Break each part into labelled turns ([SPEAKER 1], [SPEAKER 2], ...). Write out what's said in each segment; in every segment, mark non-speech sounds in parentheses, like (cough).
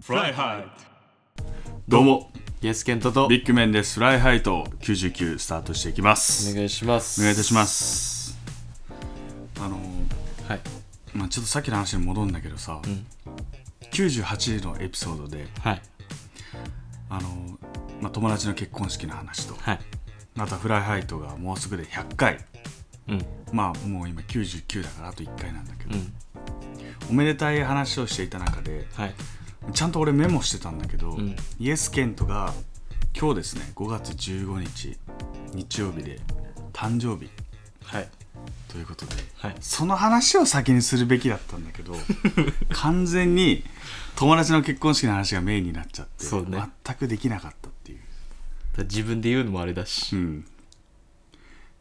[SPEAKER 1] フライハイ
[SPEAKER 2] どうも
[SPEAKER 1] イエスケントとお
[SPEAKER 2] ビッグメンですフライハイト99スタートしていきます
[SPEAKER 1] 願いします
[SPEAKER 2] お願いいたしますあのー
[SPEAKER 1] はい
[SPEAKER 2] まあ、ちょっとさっきの話に戻るんだけどさ、
[SPEAKER 1] ん
[SPEAKER 2] 98のエピソードで
[SPEAKER 1] はい
[SPEAKER 2] あのー、まあ、友達の結婚式の話と
[SPEAKER 1] はい
[SPEAKER 2] またフライハイトがもうすぐで100回
[SPEAKER 1] うん
[SPEAKER 2] まあもう今99だからあと1回なんだけど、
[SPEAKER 1] うん
[SPEAKER 2] おめでたい話をしていた中で
[SPEAKER 1] はい
[SPEAKER 2] ちゃんと俺メモしてたんだけど、
[SPEAKER 1] ん
[SPEAKER 2] イエス・ケントが今日ですね5月15日日曜日で誕生日
[SPEAKER 1] はい
[SPEAKER 2] ということで
[SPEAKER 1] はい
[SPEAKER 2] その話を先にするべきだったんだけど完全に友達の結婚式の話がメインになっちゃって、
[SPEAKER 1] そうね
[SPEAKER 2] 全くできなかったっていう、
[SPEAKER 1] 自分で言うのもあれだし
[SPEAKER 2] うん、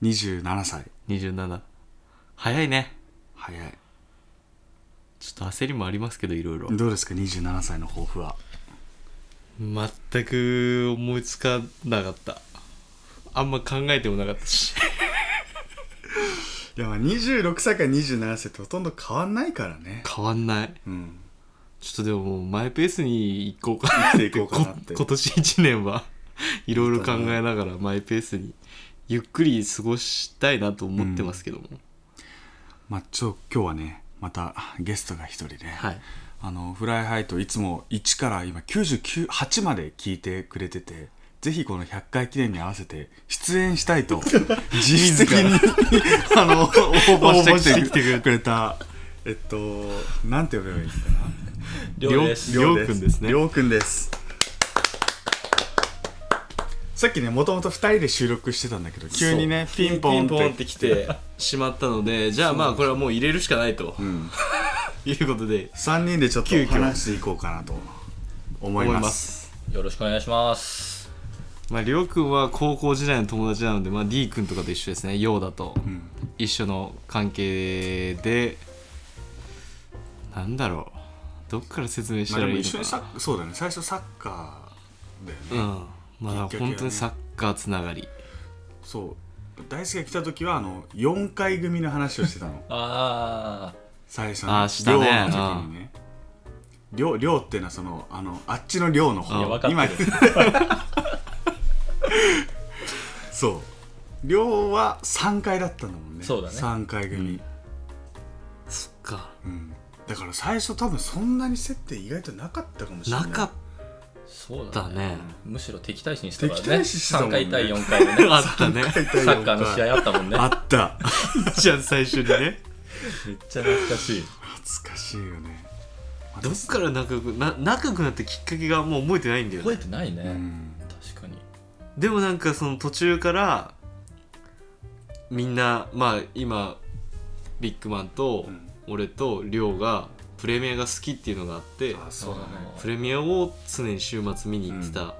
[SPEAKER 2] 27歳
[SPEAKER 1] 27早いね
[SPEAKER 2] 早い
[SPEAKER 1] ちょっと焦りもありますけどいろいろ
[SPEAKER 2] どうですか27歳の抱負は
[SPEAKER 1] 全く思いつかなかったあんま考えてもなかったし
[SPEAKER 2] いやまあ26歳から27歳ってほとんど変わんないからね
[SPEAKER 1] (laughs) 変わんない
[SPEAKER 2] うん
[SPEAKER 1] ちょっとでももうマイペースに (laughs) 行こうかな
[SPEAKER 2] 生きていこうかなって
[SPEAKER 1] こ今年1年はいろいろ考えながらマイペースにゆっくり過ごしたいなと思ってますけども、
[SPEAKER 2] まあちょっと今日はねまたゲストが一人で、
[SPEAKER 1] はい
[SPEAKER 2] あのフライハイといつも1から今998まで聞いてくれててぜひこの100回記念に合わせて出演した
[SPEAKER 1] (laughs)
[SPEAKER 2] いと実質的にあの応募してきてくれたえっとなんて呼べばいいのかな
[SPEAKER 1] りょうです
[SPEAKER 2] りょうりょう
[SPEAKER 1] りょうくんですね
[SPEAKER 2] りょうくんですさっきねもともと2人で収録してたんだけど急にねピンポンって
[SPEAKER 1] ピンポンって来てしまったのでじゃあまあこれはもう入れるしかないと、
[SPEAKER 2] ん
[SPEAKER 1] いうことで
[SPEAKER 2] 3人でちょっと
[SPEAKER 1] 急遽
[SPEAKER 2] 話していこうかなと思い
[SPEAKER 1] 思い
[SPEAKER 2] ます
[SPEAKER 1] ます
[SPEAKER 3] よろしくお願いします
[SPEAKER 1] まありょうくんは高校時代の友達なので、まあ、D 君とかと一緒ですねようだと
[SPEAKER 2] うん
[SPEAKER 1] 一緒の関係でなんだろうどっから説明し
[SPEAKER 2] まあ
[SPEAKER 1] た
[SPEAKER 2] で
[SPEAKER 1] らいい
[SPEAKER 2] も
[SPEAKER 1] の
[SPEAKER 2] 一緒にサ
[SPEAKER 1] か
[SPEAKER 2] ッカーそうだね最初サッカーだよね、
[SPEAKER 1] なうんまあ
[SPEAKER 2] きっかけはね
[SPEAKER 1] 本当にサッカーつながり
[SPEAKER 2] そう大輔が来た時はあの4回組の話をしてたの
[SPEAKER 3] (laughs) あ
[SPEAKER 2] 最初
[SPEAKER 1] あ
[SPEAKER 2] の
[SPEAKER 1] ーしたね
[SPEAKER 2] 寮の時にね寮寮っていうのはそのあのあっちの寮の
[SPEAKER 1] あ
[SPEAKER 2] 方
[SPEAKER 1] いや
[SPEAKER 3] 分かってる (laughs)
[SPEAKER 2] そう寮は3回だったんだもんね
[SPEAKER 3] そうだね
[SPEAKER 2] 3回組、
[SPEAKER 1] そっか
[SPEAKER 2] うんだから最初多分そんなに接点意外となかったかもしれな
[SPEAKER 1] ないかっ
[SPEAKER 3] そうだ
[SPEAKER 1] た
[SPEAKER 3] ね
[SPEAKER 1] ね
[SPEAKER 3] むしろ敵対視にしてたからね
[SPEAKER 2] 敵対視してたもんね
[SPEAKER 3] 3回対4回で
[SPEAKER 1] (laughs)
[SPEAKER 3] ね
[SPEAKER 1] あっ
[SPEAKER 2] (laughs)
[SPEAKER 1] たね
[SPEAKER 3] サッカーの試合あったもんね
[SPEAKER 2] あった
[SPEAKER 1] じゃん最初にね
[SPEAKER 3] めっちゃ懐かしい
[SPEAKER 2] 懐かしいよね
[SPEAKER 1] (laughs) どっから仲良くな仲良くなったきっかけがもう覚えてないんだよ
[SPEAKER 3] 覚え
[SPEAKER 1] ね
[SPEAKER 3] てないね、
[SPEAKER 2] うん
[SPEAKER 3] 確かに
[SPEAKER 1] でもなんかその途中からみんなまあ今ビッグマンと
[SPEAKER 2] うん
[SPEAKER 1] 俺とリョウがプレミアが好きっていうのがあって
[SPEAKER 2] あそうだね
[SPEAKER 3] あ
[SPEAKER 1] プレミアを常に週末見に行ってた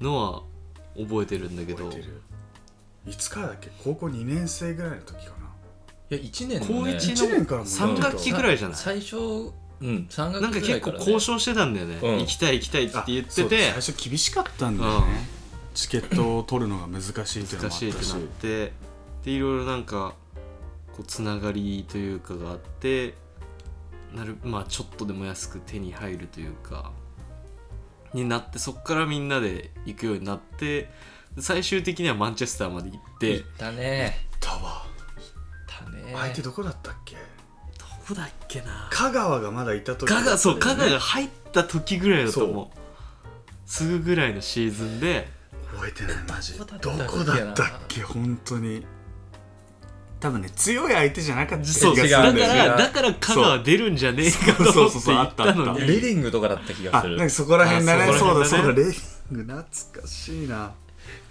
[SPEAKER 1] のは覚えてるんだけど、
[SPEAKER 2] 覚えてるいつからだっけ高校2年生ぐらいの時かない
[SPEAKER 3] や1年
[SPEAKER 1] 高
[SPEAKER 3] の、ね、
[SPEAKER 1] 1
[SPEAKER 2] 1年から
[SPEAKER 1] の
[SPEAKER 2] も
[SPEAKER 1] 3学期ぐらいじゃない
[SPEAKER 3] 最初うん3学期ぐらいから、ね、
[SPEAKER 1] なんか結構交渉してたんだよね、
[SPEAKER 3] うん
[SPEAKER 1] 行きたい行きたいって言っ
[SPEAKER 2] あ
[SPEAKER 1] て
[SPEAKER 2] そう
[SPEAKER 1] て
[SPEAKER 2] 最初厳しかったんだよね
[SPEAKER 1] うん
[SPEAKER 2] チケットを取るのが難しいっていうの
[SPEAKER 1] 難
[SPEAKER 2] もあっ
[SPEAKER 1] しいったて
[SPEAKER 2] し
[SPEAKER 1] なってでいろいろなんかこうつながりというかがあってなるまあちょっとでも安く手に入るというかになってそっからみんなで行くようになって最終的にはマンチェスターまで行って
[SPEAKER 3] 行ったね
[SPEAKER 2] タワ
[SPEAKER 3] 行ったね
[SPEAKER 2] ー相手どこだったっけ
[SPEAKER 1] どこだっけな
[SPEAKER 2] 香川がまだいた時だっ
[SPEAKER 1] ガ
[SPEAKER 2] た
[SPEAKER 1] ガ
[SPEAKER 2] よ
[SPEAKER 1] そう
[SPEAKER 2] ね
[SPEAKER 1] ガガが入った時ぐらいだと思うすぐぐらいのシーズンで
[SPEAKER 2] 覚えてないマジ
[SPEAKER 3] どこだっ
[SPEAKER 2] ど
[SPEAKER 3] たっけな
[SPEAKER 2] こだったっけ本当に多分ね強い相手じゃなかった
[SPEAKER 1] そう
[SPEAKER 2] 気
[SPEAKER 1] だ
[SPEAKER 2] がする
[SPEAKER 1] か
[SPEAKER 2] んだよね
[SPEAKER 1] らだから香川出るんじゃねえかと思って
[SPEAKER 2] そ
[SPEAKER 1] 言った
[SPEAKER 2] うそうそうそうあ
[SPEAKER 1] の
[SPEAKER 2] ったあっ
[SPEAKER 1] に
[SPEAKER 2] た
[SPEAKER 3] レディングとかだった気が
[SPEAKER 2] あ
[SPEAKER 3] す
[SPEAKER 2] なん
[SPEAKER 3] る
[SPEAKER 2] かそこら辺だね
[SPEAKER 1] あそ
[SPEAKER 2] そ
[SPEAKER 1] こ
[SPEAKER 2] う
[SPEAKER 1] ら辺だ
[SPEAKER 2] だそう
[SPEAKER 1] ね
[SPEAKER 2] だレイング懐かしいな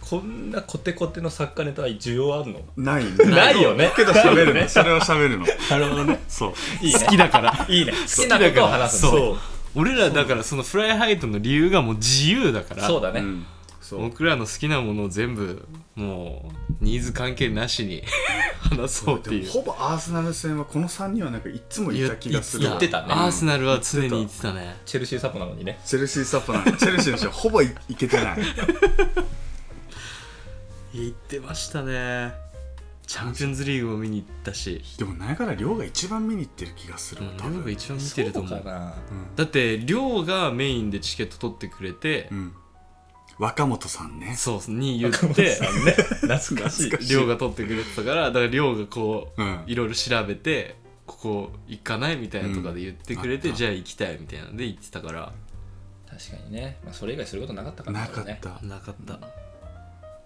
[SPEAKER 3] こんなコテコテの作家ネタ需要あるの
[SPEAKER 2] ないね
[SPEAKER 3] ないよね
[SPEAKER 2] けど喋
[SPEAKER 3] (laughs)
[SPEAKER 2] るね (laughs) それを喋るの
[SPEAKER 3] なるほどね
[SPEAKER 2] そう
[SPEAKER 3] いいね
[SPEAKER 1] 好きだから
[SPEAKER 3] いいね好きなことを話すの
[SPEAKER 1] そう俺らだからそのフライハイトの理由がもう自由だから
[SPEAKER 3] そうだね、
[SPEAKER 2] うんそう
[SPEAKER 1] 僕らの好きなものを全部もうニーズ関係なしに (laughs) 話そうってい
[SPEAKER 2] で
[SPEAKER 1] う
[SPEAKER 2] もほぼアーセナル戦はこの3人はなんかいつもいた気がする
[SPEAKER 3] 言ってたね
[SPEAKER 1] アーセナルは常に言ってたね
[SPEAKER 3] チェルシーサポなのにね
[SPEAKER 2] チェルシーサポなのチェルシーの人はほぼいいけてない
[SPEAKER 1] 言ってましたねチャンピオンズリーグも見に行ったし
[SPEAKER 2] でもなんやから亮が一番見に行ってる気がするわ多
[SPEAKER 1] 亮
[SPEAKER 2] 分
[SPEAKER 1] が一番見てると思
[SPEAKER 3] そううかな
[SPEAKER 2] うん
[SPEAKER 1] だって亮がメインでチケット取ってくれて、
[SPEAKER 2] うん、若本さんね
[SPEAKER 1] そうに言っ
[SPEAKER 3] 若松
[SPEAKER 1] て
[SPEAKER 3] さんね (laughs) 懐かしい
[SPEAKER 2] 懐かしい
[SPEAKER 1] 亮が取ってくれてたからだから亮がこう
[SPEAKER 2] うん
[SPEAKER 1] いろいろ調べてここ行かないみたいなとかで言ってくれて、
[SPEAKER 2] うん
[SPEAKER 1] じゃあ行きたいみたいなんで行ってたから
[SPEAKER 3] 確かにね、まあ、それ以外することなかったからね
[SPEAKER 2] なかった、
[SPEAKER 1] なかった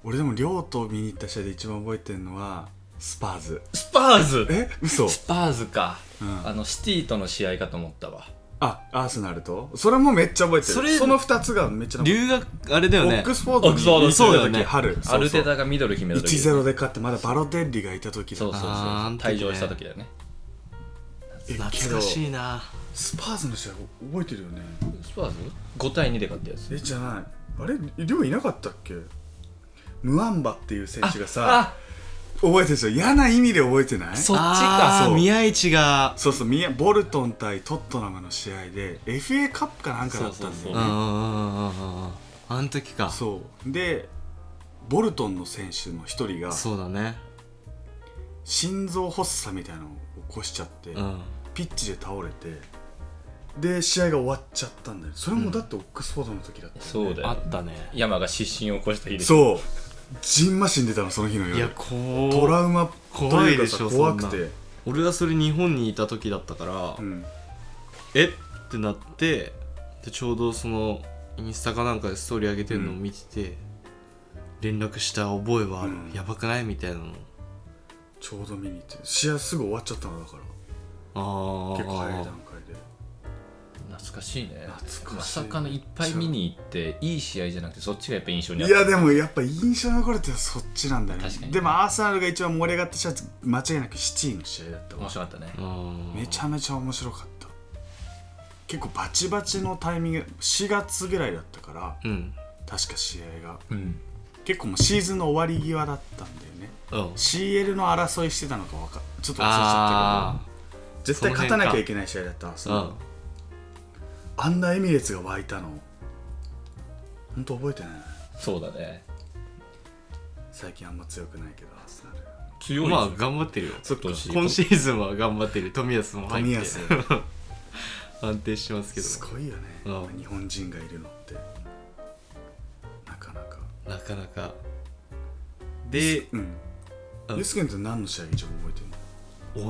[SPEAKER 2] 俺でも亮と見に行った試合で一番覚えてるのはスパーズ
[SPEAKER 3] スパーズ
[SPEAKER 2] え嘘、うん
[SPEAKER 3] ス、パーズかあ
[SPEAKER 2] あ
[SPEAKER 3] のシティとの試合かと思ったわ
[SPEAKER 2] アーセナルとそれもめっちゃ覚えてる
[SPEAKER 1] そ
[SPEAKER 2] そ
[SPEAKER 1] れ
[SPEAKER 2] の2つがめっちゃ
[SPEAKER 1] 留学あれだよ
[SPEAKER 2] オ
[SPEAKER 1] ね
[SPEAKER 2] ックスフォード
[SPEAKER 3] オックスフォード
[SPEAKER 2] に
[SPEAKER 1] そうだよ
[SPEAKER 2] 行っ
[SPEAKER 1] ね
[SPEAKER 2] てた時春
[SPEAKER 3] アルテ
[SPEAKER 2] そう
[SPEAKER 3] タがミドル決め
[SPEAKER 2] そう
[SPEAKER 3] た時そう
[SPEAKER 2] 1-0で勝ってまだバロテッリがいた時だ
[SPEAKER 3] そうそうそう
[SPEAKER 1] あーあの時ね
[SPEAKER 3] 退場した時だよね
[SPEAKER 2] え
[SPEAKER 1] 懐かしいな
[SPEAKER 2] スパーズの試合覚えてるよね
[SPEAKER 3] スパーズ5対2で勝ったや
[SPEAKER 2] え
[SPEAKER 3] つ
[SPEAKER 2] じゃないあれ亮いなかったっけムアンバっていう選手がさ
[SPEAKER 3] あ
[SPEAKER 2] 覚えてるでしょ嫌な意味で覚えてない
[SPEAKER 3] そっちか
[SPEAKER 1] あー
[SPEAKER 2] そう
[SPEAKER 1] 宮市が
[SPEAKER 2] そうそうミヤボルトン対トットナムの試合で FA カップかなんかだったんだよね
[SPEAKER 3] そうそ
[SPEAKER 1] うんう
[SPEAKER 3] う
[SPEAKER 1] んうんうんうんうんあの時かそ
[SPEAKER 2] そうでボルトンの選手の一人が
[SPEAKER 1] うだね
[SPEAKER 2] 心臓発作みたいなのを起こしちゃって、
[SPEAKER 1] うん
[SPEAKER 2] ピッチで倒れてで試合が終わっちゃったんだよそれもだってオックスフォードの時だったよね、
[SPEAKER 3] そうだ
[SPEAKER 1] あ
[SPEAKER 3] よ
[SPEAKER 1] ったね
[SPEAKER 3] 山が失神を起こした日で
[SPEAKER 2] そうじんましんでたのその日の
[SPEAKER 1] いや
[SPEAKER 2] 夜
[SPEAKER 1] こう
[SPEAKER 2] トラウマと
[SPEAKER 1] 怖
[SPEAKER 2] い
[SPEAKER 1] いう
[SPEAKER 2] か
[SPEAKER 1] でし
[SPEAKER 2] さ
[SPEAKER 1] ょ
[SPEAKER 2] 怖くて
[SPEAKER 1] 俺はそれ日本にいた時だったから、
[SPEAKER 2] うん
[SPEAKER 1] えってなってでちょうどそのインスタかなんかでストーリー上げてるのを見てて、連絡した覚えはある、
[SPEAKER 2] うん
[SPEAKER 1] やばくないみたいな
[SPEAKER 2] ちょうど見に行って試合すぐ終わっちゃったのだから
[SPEAKER 1] のああ
[SPEAKER 2] 結構早い段階で
[SPEAKER 3] 懐かしいね
[SPEAKER 2] 懐かしい
[SPEAKER 3] まさかのいっぱい見に行っていい試合じゃなくてそっちがやっぱ印象にあっ
[SPEAKER 2] い
[SPEAKER 3] た
[SPEAKER 2] やでもやっぱ印象に残るってそっちなんだね
[SPEAKER 3] 確かに
[SPEAKER 2] でもアーセナルが一番盛り上がった試合は間違いなくシティの試合だった
[SPEAKER 3] 面
[SPEAKER 2] わ
[SPEAKER 3] 白かったね
[SPEAKER 2] めちゃめちゃ面白かった結構バチバチのタイミング4月ぐらいだったから
[SPEAKER 1] うん
[SPEAKER 2] 確か試合が
[SPEAKER 3] うん
[SPEAKER 2] 結構もうシーズンの終わり際だったんだよね
[SPEAKER 1] うん
[SPEAKER 2] CL の争いしてたのかわかちょっと忘れちゃ
[SPEAKER 1] あ
[SPEAKER 2] ったけど絶対勝たなきゃいけない試合だったアーセ
[SPEAKER 1] あ
[SPEAKER 2] ナル
[SPEAKER 1] うん
[SPEAKER 2] あんなエミレーツが湧いたのほんと覚えてない
[SPEAKER 3] そうだね
[SPEAKER 2] 最近あんま強くないけどアーセナル
[SPEAKER 3] 強い
[SPEAKER 1] まあ頑張ってるよ
[SPEAKER 2] そっ
[SPEAKER 3] か
[SPEAKER 1] 今シーズンは頑張ってる冨安も入
[SPEAKER 2] 冨
[SPEAKER 1] って
[SPEAKER 2] 安
[SPEAKER 1] (laughs) 安定してますけ
[SPEAKER 2] す
[SPEAKER 1] ど
[SPEAKER 2] ごいよね、
[SPEAKER 1] うん
[SPEAKER 2] 日本人がいるのってなかなか
[SPEAKER 1] なかなかで
[SPEAKER 2] うん
[SPEAKER 1] うん
[SPEAKER 2] ユースケンって何の試合一番覚えてるの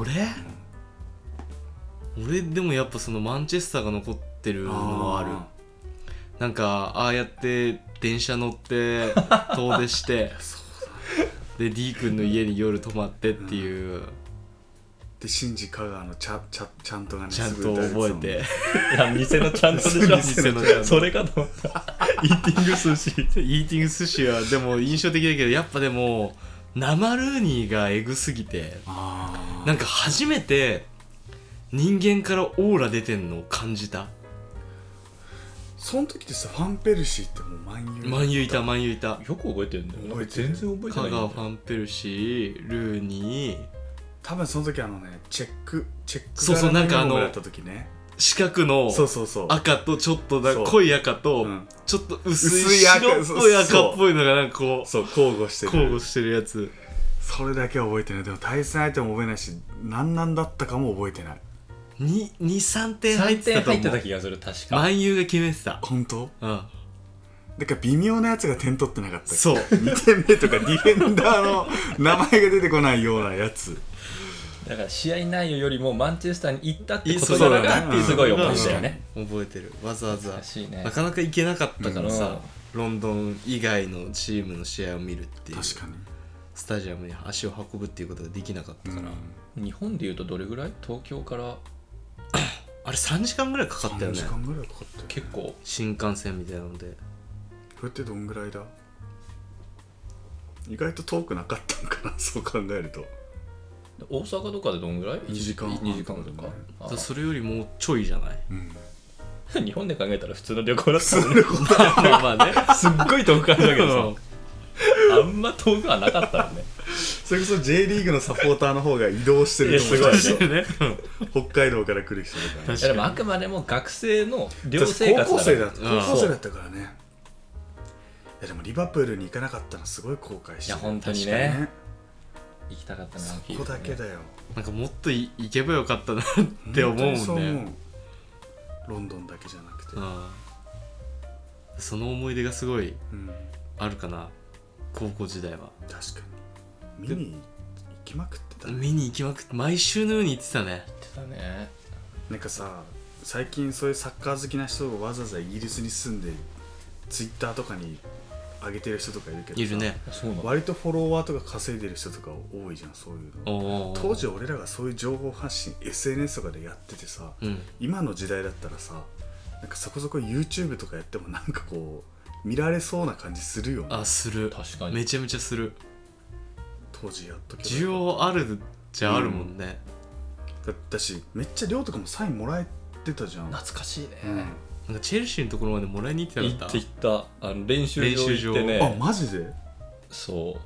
[SPEAKER 1] 俺、俺でもやっぱそのマンチェスターが残ってるのはあるなんかああやって電車乗って遠出してで D 君の家に夜泊まってっていう、
[SPEAKER 2] でシンジ香川のちゃちゃちゃんとがね
[SPEAKER 1] ちゃん
[SPEAKER 2] すぐ
[SPEAKER 1] と
[SPEAKER 2] 歌えるやつ
[SPEAKER 1] 覚えて
[SPEAKER 3] いや店のちゃんとでしょ
[SPEAKER 1] 店のちゃんと
[SPEAKER 3] それかと思った
[SPEAKER 1] (laughs)
[SPEAKER 3] イーティング寿司
[SPEAKER 1] イーティング寿司はでも印象的だけどやっぱでも生ルーニーがエグすぎて
[SPEAKER 2] あー
[SPEAKER 1] なんか初めて人間からオーラ出てんのを感じた
[SPEAKER 2] その時ってさファンペルシーってもう万有
[SPEAKER 1] 万有いた万有いた
[SPEAKER 3] よく覚えてるんだよ
[SPEAKER 2] 覚えてる
[SPEAKER 3] 全然覚えて
[SPEAKER 1] 香
[SPEAKER 3] ないん
[SPEAKER 1] 川
[SPEAKER 3] だよ
[SPEAKER 1] ファンペルシールーニー
[SPEAKER 2] 多分その時あのねチェックチェック
[SPEAKER 1] そうそうなんかあの
[SPEAKER 2] 柄ユニフォームだった時ね
[SPEAKER 1] 四角の
[SPEAKER 2] そうそうそう
[SPEAKER 1] 赤とちょっとだ
[SPEAKER 2] そう
[SPEAKER 1] 濃い赤と
[SPEAKER 2] うん
[SPEAKER 1] ちょっと薄
[SPEAKER 2] 薄
[SPEAKER 1] い
[SPEAKER 2] い赤
[SPEAKER 1] 白っぽい赤っぽいのがなんかこう
[SPEAKER 2] そう交互してる
[SPEAKER 1] 交互してるやつ
[SPEAKER 2] それだけは覚えてないでも対戦相手も覚えないし何なんだったかも覚えてない
[SPEAKER 1] 23点入っ
[SPEAKER 3] 3
[SPEAKER 1] て
[SPEAKER 3] 点
[SPEAKER 1] たと
[SPEAKER 3] 入って
[SPEAKER 1] 思
[SPEAKER 3] た
[SPEAKER 1] う
[SPEAKER 3] 気がする確か
[SPEAKER 1] 万有が決めてた
[SPEAKER 2] 本当
[SPEAKER 1] うん
[SPEAKER 2] だから微妙なやつが点取ってなかったっけ
[SPEAKER 1] そう
[SPEAKER 2] 2点目とかディフェンダーの名前が出てこないようなやつ
[SPEAKER 3] だから試合内容よりもマンチェスターに行ったって
[SPEAKER 1] いい
[SPEAKER 3] こ
[SPEAKER 1] そ
[SPEAKER 3] と
[SPEAKER 1] う
[SPEAKER 3] だ
[SPEAKER 1] だ
[SPEAKER 3] か
[SPEAKER 1] ね
[SPEAKER 3] らっていうすごい思い出だよね
[SPEAKER 1] 覚えてるわざわざ
[SPEAKER 3] 懐かしいね
[SPEAKER 1] なかなか行けなかったからさ、ロンドン以外のチームの試合を見るっていう
[SPEAKER 2] 確かに
[SPEAKER 1] スタジアムに足を運ぶっていうことができなかったから、
[SPEAKER 3] 日本でいうとどれぐらい東京から
[SPEAKER 1] あれ3時間ぐらいかかったよ
[SPEAKER 2] 3
[SPEAKER 1] ね
[SPEAKER 2] 時間ぐらいかかったよね
[SPEAKER 3] 結構
[SPEAKER 1] 新幹線みたいなので
[SPEAKER 2] これってどんぐらいだ意外と遠くなかったのかな (laughs) そう考えると
[SPEAKER 3] 大阪とかでどんぐらい
[SPEAKER 2] 2時間半
[SPEAKER 3] 2時間とか
[SPEAKER 1] だ
[SPEAKER 3] あ
[SPEAKER 1] からそれよりもうちょいじゃない
[SPEAKER 3] (laughs)
[SPEAKER 2] うん
[SPEAKER 3] 日本で考えたら普通の旅行だったもんね
[SPEAKER 1] まあね
[SPEAKER 3] すっごい遠く感じだけ
[SPEAKER 1] う
[SPEAKER 3] ど
[SPEAKER 1] ん
[SPEAKER 3] さあんま遠くはなかったよね
[SPEAKER 2] それこそ J リーグのサポーターの方が移動してると思う
[SPEAKER 3] いやす
[SPEAKER 1] そうね
[SPEAKER 2] 北海道から来る人だから、
[SPEAKER 1] 確
[SPEAKER 2] ね、
[SPEAKER 3] いやでもあくまでも学生の寮生活
[SPEAKER 2] 高校生だ
[SPEAKER 3] だ
[SPEAKER 2] っ
[SPEAKER 3] か
[SPEAKER 2] た
[SPEAKER 3] ら
[SPEAKER 1] うん
[SPEAKER 2] 高校生だったからねいやでもリバプールに行かなかったのすごい後悔して
[SPEAKER 3] いや本当にね
[SPEAKER 2] 確か
[SPEAKER 3] 行きたかったな
[SPEAKER 2] そ
[SPEAKER 3] アンフィー
[SPEAKER 2] こ
[SPEAKER 3] ルド
[SPEAKER 2] だ
[SPEAKER 3] ね
[SPEAKER 2] けだよ
[SPEAKER 1] なんかもっとい行けばよかったなって思うもん
[SPEAKER 2] 本当
[SPEAKER 1] ね
[SPEAKER 2] にそ思うロンドンだけじゃなくて、
[SPEAKER 1] ああその思い出がすごい
[SPEAKER 2] うん、
[SPEAKER 1] あるかな高校時代は
[SPEAKER 2] 確かに見に行きまくってたね
[SPEAKER 1] 見に行きまくって毎週のように行ってたね
[SPEAKER 3] 行ってたね
[SPEAKER 2] なんかさ最近そういうサッカー好きな人がわざわざイギリスに住んでツイッターとかに上げてる人とかいるけどさ
[SPEAKER 1] いるね
[SPEAKER 3] そうなの
[SPEAKER 2] 割とフォロワーとか稼いでる人とか多いじゃんそういうの
[SPEAKER 1] おー
[SPEAKER 2] 当時俺らがそういう情報発信 SNS とかでやっててさ
[SPEAKER 1] うん
[SPEAKER 2] 今の時代だったらさなんかそこそこ YouTube とかやってもなんかこう見られそうな感じするよね
[SPEAKER 1] あする
[SPEAKER 3] 確かに
[SPEAKER 1] めちゃめちゃする
[SPEAKER 2] 当時やっとけば
[SPEAKER 1] 需要あるじゃあるもんね、
[SPEAKER 2] だったしめっちゃ量とかもサインもらえてたじゃん、
[SPEAKER 3] 懐かしいね
[SPEAKER 2] うん
[SPEAKER 1] なんかチェルシーのところまでもらいに行ってな
[SPEAKER 3] 行
[SPEAKER 1] か
[SPEAKER 3] っ
[SPEAKER 1] ってた
[SPEAKER 3] 行ったあの練習場行って
[SPEAKER 1] 練
[SPEAKER 2] あ
[SPEAKER 3] ね
[SPEAKER 2] マジで
[SPEAKER 3] そ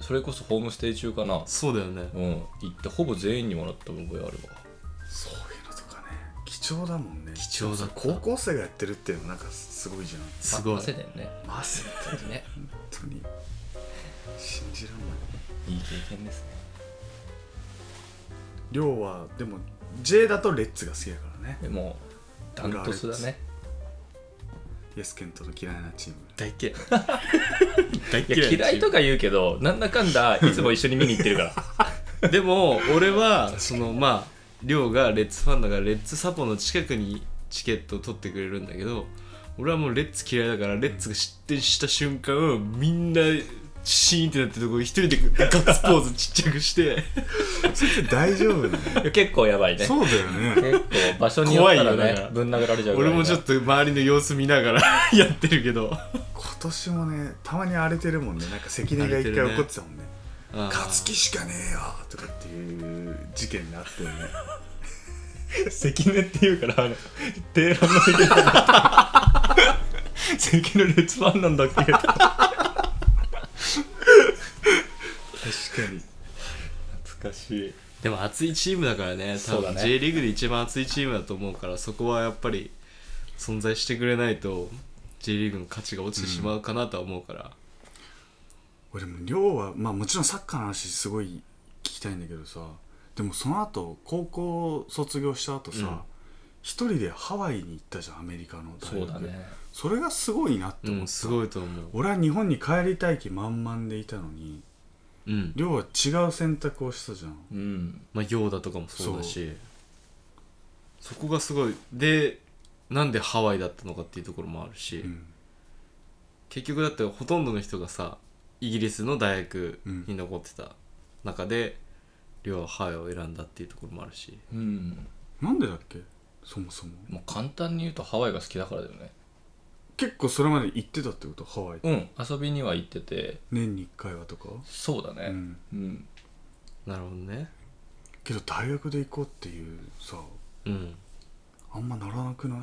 [SPEAKER 3] うそれこそホームステイ中かな
[SPEAKER 1] そうだよね
[SPEAKER 3] うん行ってほぼ全員にもらった覚えあるわ
[SPEAKER 2] そういうのとかね貴重だもんね
[SPEAKER 1] 貴重だった
[SPEAKER 2] 高校生がやってるっていうのなんかすごいじゃん
[SPEAKER 1] すごい
[SPEAKER 3] あ汗だよね
[SPEAKER 2] マジで本
[SPEAKER 3] ね
[SPEAKER 2] 当に信じらんない
[SPEAKER 3] いい経験ですね
[SPEAKER 2] 量はでも J だとレッツが好きだからね
[SPEAKER 3] でもダントツだね
[SPEAKER 2] イエスケントの嫌いなチーム
[SPEAKER 1] 大
[SPEAKER 3] (laughs)
[SPEAKER 1] 嫌い大
[SPEAKER 3] いや嫌いとか言うけどなんだかんだいつも一緒に見に行ってるから (laughs)
[SPEAKER 1] かでも俺はそのまあ亮がレッツファンだからレッツサポの近くにチケットを取ってくれるんだけど俺はもうレッツ嫌いだからレッツが失点した瞬間みんなシーンってなってるとこ一人でガッツポーズちっちゃくして
[SPEAKER 2] それって大丈夫なの
[SPEAKER 3] いや結構やばいね
[SPEAKER 2] そうだよね
[SPEAKER 3] 結構場所によったら
[SPEAKER 1] 怖いよだから
[SPEAKER 3] ねぶん殴られちゃうぐら
[SPEAKER 1] 俺
[SPEAKER 3] い
[SPEAKER 1] もちょっと周りの様子見ながら (laughs) やってるけど
[SPEAKER 2] 今年もねたまに荒れてるもんねなんか関根が一
[SPEAKER 1] 荒
[SPEAKER 2] 回
[SPEAKER 1] れてるね
[SPEAKER 2] 怒ってたもんね「勝つ
[SPEAKER 1] き
[SPEAKER 2] 気しかねえよ」とかっていう事件があったよね
[SPEAKER 3] 関根っていうからあの低乱の関根だった関根レッツファンなんだっけ懐
[SPEAKER 2] 確かに
[SPEAKER 3] かしい
[SPEAKER 1] でも熱いチームだからね多
[SPEAKER 3] そうだ
[SPEAKER 1] 分
[SPEAKER 3] ね
[SPEAKER 1] J リーグで一番熱いチームだと思うからそこはやっぱり存在してくれないと J リーグの価値が落ちてしまうかなとは思うから、
[SPEAKER 2] 俺も寮はまあもちろんサッカーの話すごい聞きたいんだけどさでもその後高校卒業した後
[SPEAKER 1] うん
[SPEAKER 2] さ一、人でハワイに行ったじゃんアメリカの大
[SPEAKER 3] そう
[SPEAKER 2] 学
[SPEAKER 3] だね
[SPEAKER 2] それがすごいなって
[SPEAKER 1] う
[SPEAKER 2] 思
[SPEAKER 1] ん
[SPEAKER 2] った、
[SPEAKER 1] すごいと思う、
[SPEAKER 2] 俺は日本に帰りたい気満々でいたのに
[SPEAKER 1] うん
[SPEAKER 2] 寮は違う選択をしたじゃん
[SPEAKER 3] うん
[SPEAKER 1] まあ、ヨーダとかもそうだしそこがすごいでなんでハワイだったのかっていうところもあるし、
[SPEAKER 2] うん
[SPEAKER 1] 結局だってほとんどの人がさイギリスの大学に残ってた中で、両ハワイを選んだっていうところもあるし
[SPEAKER 3] うん
[SPEAKER 2] なんでだっけそもそも
[SPEAKER 3] もう簡単に言うとハワイが好きだからだよね
[SPEAKER 2] 結構それまで行ってたってことハワイ、
[SPEAKER 3] うん遊びには行ってて
[SPEAKER 2] 年に1回はとか、
[SPEAKER 3] そうだ
[SPEAKER 2] う
[SPEAKER 3] ね
[SPEAKER 2] ん、
[SPEAKER 3] うん
[SPEAKER 1] なるほどね
[SPEAKER 2] けど大学で行こうっていうさ
[SPEAKER 1] うん
[SPEAKER 2] あんまならなくない、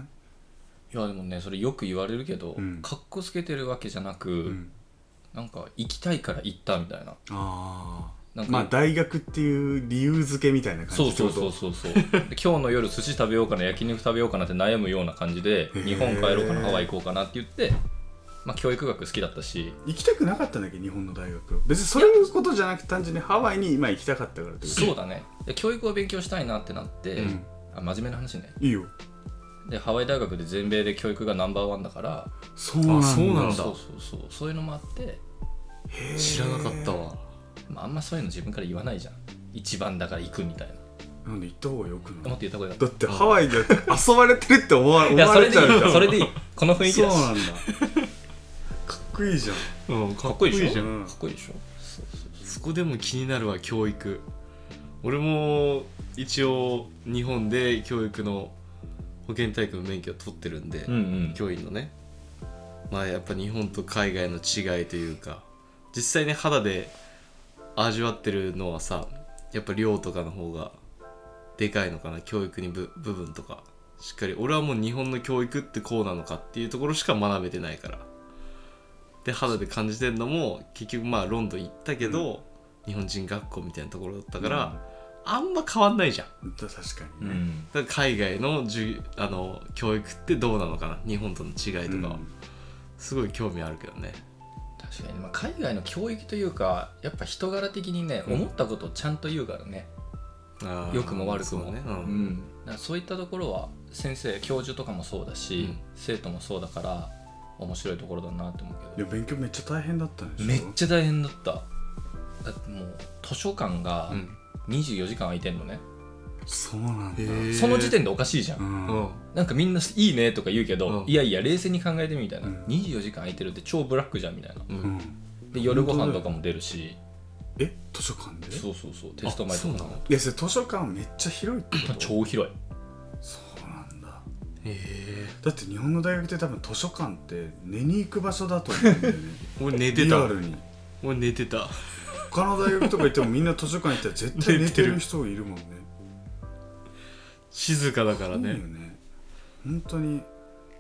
[SPEAKER 3] いやでもねそれよく言われるけど
[SPEAKER 2] うん
[SPEAKER 3] かっこつけてるわけじゃなく
[SPEAKER 2] ん
[SPEAKER 3] なんか行きたいから行ったみたいな
[SPEAKER 2] ああ
[SPEAKER 3] なんか
[SPEAKER 2] まあ大学っていう理由付けみたいな感じ
[SPEAKER 3] そう
[SPEAKER 2] って
[SPEAKER 3] そ
[SPEAKER 2] こ
[SPEAKER 3] う
[SPEAKER 2] と
[SPEAKER 3] そうそうそうで今日の夜寿司食べようかな焼肉食べようかなって悩むような感じで
[SPEAKER 2] ー
[SPEAKER 3] 日本帰ろうかなハワイ行こうかなって言って、まあ、教育学好きだったし
[SPEAKER 2] 行きたくなかったんだっけ日本の大学別にそういうことじゃなくて単純にハワイに今行きたかったからってこと
[SPEAKER 3] そうだねで教育を勉強したいなってなって、
[SPEAKER 2] うん
[SPEAKER 3] あ真面目な話ね
[SPEAKER 2] いいよ
[SPEAKER 3] でハワイ大学で全米で教育がナンバーワンだから
[SPEAKER 2] そうなんだ
[SPEAKER 1] あそうなの
[SPEAKER 3] そうそうそうそういうのもあって、
[SPEAKER 2] へー
[SPEAKER 1] 知らなかったわ
[SPEAKER 3] まあ、あんまそういうの自分から言わないじゃん一番だから行くみたいな
[SPEAKER 2] なんで行った方がよく
[SPEAKER 3] 思
[SPEAKER 2] な
[SPEAKER 3] っ
[SPEAKER 2] い
[SPEAKER 3] て言った方がよか
[SPEAKER 2] だ
[SPEAKER 3] っ
[SPEAKER 2] ってハワイで遊ばれてるって思わ
[SPEAKER 3] たい
[SPEAKER 2] 思
[SPEAKER 3] や
[SPEAKER 2] わ
[SPEAKER 3] それ
[SPEAKER 2] れち
[SPEAKER 3] で
[SPEAKER 2] ゃうじ
[SPEAKER 3] い
[SPEAKER 2] ゃ
[SPEAKER 3] い
[SPEAKER 2] ん
[SPEAKER 3] それでいいこの雰囲気
[SPEAKER 2] そう
[SPEAKER 3] だし
[SPEAKER 2] なんだ (laughs) かっこいいじゃん
[SPEAKER 1] うんか
[SPEAKER 3] か
[SPEAKER 1] っ
[SPEAKER 3] っこ
[SPEAKER 1] こ
[SPEAKER 3] い
[SPEAKER 1] い
[SPEAKER 3] い
[SPEAKER 1] い
[SPEAKER 3] で
[SPEAKER 1] じ
[SPEAKER 3] し
[SPEAKER 1] ゃ
[SPEAKER 3] ょ
[SPEAKER 1] ん
[SPEAKER 3] か
[SPEAKER 2] うん
[SPEAKER 3] っこいいでしょそうそうそう
[SPEAKER 1] そこでも気になるわ教育俺も一応日本で教育の保健体育の免許を取ってるんで、
[SPEAKER 3] うんうん
[SPEAKER 1] 教員のねまあやっぱ日本と海外の違いというか実際ね肌で味わってるのはさやっぱ量とかの方がでかいのかな教育にぶ部分とかしっかり俺はもう日本の教育ってこうなのかっていうところしか学べてないからで肌で感じてるのも結局まあロンドン行ったけど、日本人学校みたいなところだったから、あんま変わんないじゃん
[SPEAKER 2] だ確か
[SPEAKER 3] う
[SPEAKER 2] にね、
[SPEAKER 3] ん
[SPEAKER 1] だから海外のじゅあの教育ってどうなのかな日本との違いとかは、
[SPEAKER 2] うん
[SPEAKER 1] すごい興味あるけどね
[SPEAKER 3] 確かに、まあ、海外の教育というかやっぱ人柄的にね、
[SPEAKER 1] うん
[SPEAKER 3] 思ったことをちゃんと言うからね
[SPEAKER 1] あー
[SPEAKER 3] 良くも悪くも
[SPEAKER 1] そうね、う
[SPEAKER 3] うんん、だからそういったところは先生教授とかもそうだし、
[SPEAKER 1] うん
[SPEAKER 3] 生徒もそうだから面白いところだなと思うけど
[SPEAKER 2] いや勉強めっちゃ大変だったんでしょ
[SPEAKER 3] めっちゃ大変だっただってもう図書館が
[SPEAKER 1] うん
[SPEAKER 3] 24時間空いてんのね、
[SPEAKER 2] そうなんだ、
[SPEAKER 1] へー
[SPEAKER 3] その時点でおかしいじゃん、
[SPEAKER 2] うん
[SPEAKER 1] うん
[SPEAKER 3] なんかみんな「いいね」とか言うけど、
[SPEAKER 1] うん
[SPEAKER 3] いやいや冷静に考えてみたいな、
[SPEAKER 2] うん
[SPEAKER 3] 24時間空いてるって超ブラックじゃんみたいな
[SPEAKER 1] う
[SPEAKER 2] うんん
[SPEAKER 3] で夜ご飯とかも出るし
[SPEAKER 2] え図書館で
[SPEAKER 3] そうそうそうテスト前と
[SPEAKER 1] そう
[SPEAKER 3] か
[SPEAKER 1] な
[SPEAKER 3] も
[SPEAKER 1] の
[SPEAKER 2] いやそれ図書館めっちゃ広いってこと
[SPEAKER 3] 超広い
[SPEAKER 2] そうなんだ
[SPEAKER 1] え
[SPEAKER 2] だって日本の大学って多分図書館って寝に行く場所だと思 (laughs) うんだよね
[SPEAKER 1] ー、俺寝て
[SPEAKER 2] リ
[SPEAKER 1] た
[SPEAKER 2] アルに
[SPEAKER 1] 俺寝てた
[SPEAKER 2] 他の大学とか行ってもみんな図書館行ったら絶対寝てる人いるもんね
[SPEAKER 1] 静かだか
[SPEAKER 2] い
[SPEAKER 1] ら
[SPEAKER 2] いよ
[SPEAKER 1] ね
[SPEAKER 2] ね本当に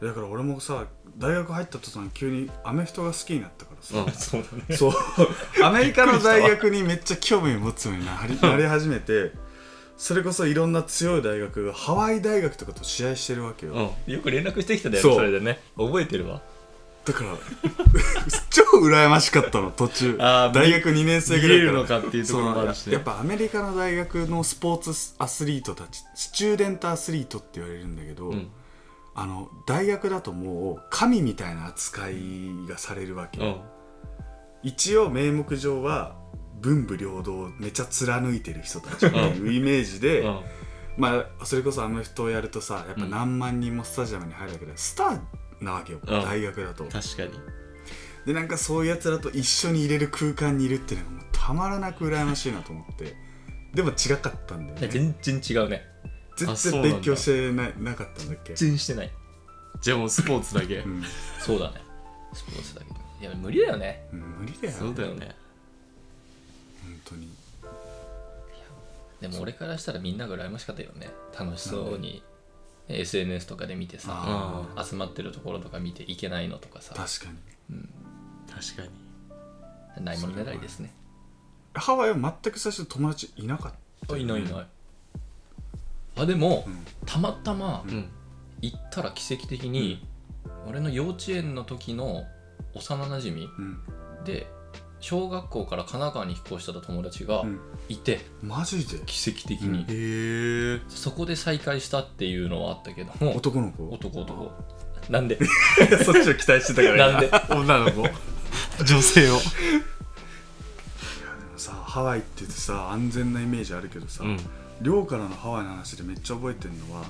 [SPEAKER 2] だから俺もさ大学入った途端急にアメフトが好きになったからさ、
[SPEAKER 3] そうだね
[SPEAKER 2] そうアメリカの大学にめっちゃ興味を持つようになり (laughs) なり始めてそれこそいろんな強い大学がハワイ大学とかと試合してるわけよ、
[SPEAKER 1] うん、うん、
[SPEAKER 3] よく連絡してきただよ
[SPEAKER 2] そ
[SPEAKER 3] そうれでね覚えてるわ
[SPEAKER 2] だから (laughs) 超羨ましかったの途中
[SPEAKER 1] あー
[SPEAKER 2] 大学2年生ぐらい
[SPEAKER 1] 見
[SPEAKER 2] か
[SPEAKER 1] れ
[SPEAKER 2] ら
[SPEAKER 1] るのかっていうところもあるし
[SPEAKER 2] そう
[SPEAKER 1] ね
[SPEAKER 2] やっぱアメリカの大学のスポーツアスリートたちスチューデントアスリートって言われるんだけど、
[SPEAKER 1] うん
[SPEAKER 2] あの大学だともう神みたいな扱いがされるわけ、一応名目上は文武両道をめちゃ貫いてる人たちっていうイメージで、
[SPEAKER 1] うん
[SPEAKER 2] まあ、それこそアメフトをやるとさやっぱ
[SPEAKER 1] うん
[SPEAKER 2] 何万人もスタジアムに入るわけでスターなわけよ、
[SPEAKER 1] うん
[SPEAKER 2] 大学だと
[SPEAKER 1] 確かに
[SPEAKER 2] でなんかそういうやつらと一緒に入れる空間にいるっていうのがもうたまらなく羨ましいなと思ってでも違かったんだよね
[SPEAKER 3] 全然違うね
[SPEAKER 1] あ
[SPEAKER 2] 絶
[SPEAKER 1] そ
[SPEAKER 2] 対
[SPEAKER 1] うなんだ
[SPEAKER 2] 勉強してななかったんだっけ、
[SPEAKER 3] 全然してない
[SPEAKER 1] じゃあもうスポーツだけ
[SPEAKER 2] うん、
[SPEAKER 3] そうだねスポーツだけどいや無理だよね
[SPEAKER 2] うん無理だよ
[SPEAKER 1] そう
[SPEAKER 2] 本
[SPEAKER 1] だよね
[SPEAKER 2] 当に
[SPEAKER 3] でも俺からしたらみんなが羨ましかったよね楽しそうに SNS とかで見てさ
[SPEAKER 2] あ
[SPEAKER 1] あ
[SPEAKER 3] 集まってるところとか見ていけないのとかさ
[SPEAKER 2] 確かに
[SPEAKER 1] 確かに
[SPEAKER 3] ないもの狙いですね
[SPEAKER 2] ハワイは全く最初友達いなかった
[SPEAKER 3] あいないい
[SPEAKER 2] うん
[SPEAKER 3] ないあでも、
[SPEAKER 2] うん
[SPEAKER 3] たまたま
[SPEAKER 1] うん
[SPEAKER 3] 行ったら奇跡的に、俺の幼稚園の時の幼なじみ
[SPEAKER 2] うん
[SPEAKER 3] で小学校から神奈川に引っ越してた友達が
[SPEAKER 2] うん
[SPEAKER 3] いて、
[SPEAKER 2] マジで
[SPEAKER 3] 奇跡的に、
[SPEAKER 2] うん
[SPEAKER 1] へえ
[SPEAKER 3] そこで再会したっていうのはあったけども
[SPEAKER 2] 男の子
[SPEAKER 3] 男男なんで
[SPEAKER 2] (laughs) そっちを期待してたから
[SPEAKER 3] なんで
[SPEAKER 1] 女の子女性を
[SPEAKER 2] さハワイって言ってさ安全なイメージあるけどさ、
[SPEAKER 1] うん
[SPEAKER 2] 寮からのハワイの話でめっちゃ覚えてるのは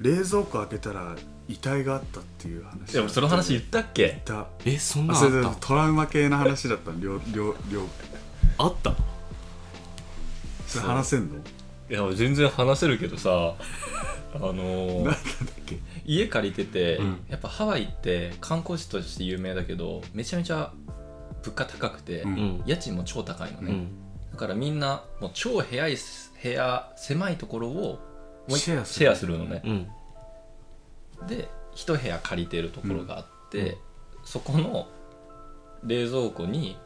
[SPEAKER 2] 冷蔵庫開けたら遺体があったっていう話
[SPEAKER 3] でもその話言
[SPEAKER 2] っ
[SPEAKER 3] ったっけ
[SPEAKER 2] たあ
[SPEAKER 1] えそんな
[SPEAKER 2] それ
[SPEAKER 1] ん
[SPEAKER 2] で
[SPEAKER 1] あっ
[SPEAKER 2] トラウマ系の話だったの寮寮寮
[SPEAKER 1] たあった
[SPEAKER 2] それ話せんの
[SPEAKER 3] いや全然話せるけどさあのー
[SPEAKER 2] なんだっけ
[SPEAKER 3] 家借りてて、
[SPEAKER 1] うん
[SPEAKER 3] やっぱハワイって観光地として有名だけどめちゃめちゃ物価高くて、
[SPEAKER 2] う
[SPEAKER 1] うん
[SPEAKER 3] 家賃も超高いの
[SPEAKER 1] う
[SPEAKER 3] ね、
[SPEAKER 1] ん
[SPEAKER 3] だからみんなもう超部屋い部屋狭いところをもう一
[SPEAKER 2] シェアす
[SPEAKER 3] シ
[SPEAKER 2] る
[SPEAKER 3] ェアするのね、
[SPEAKER 1] うん
[SPEAKER 3] で一部屋借りてるところがあって、
[SPEAKER 1] うん
[SPEAKER 3] そこの冷蔵庫に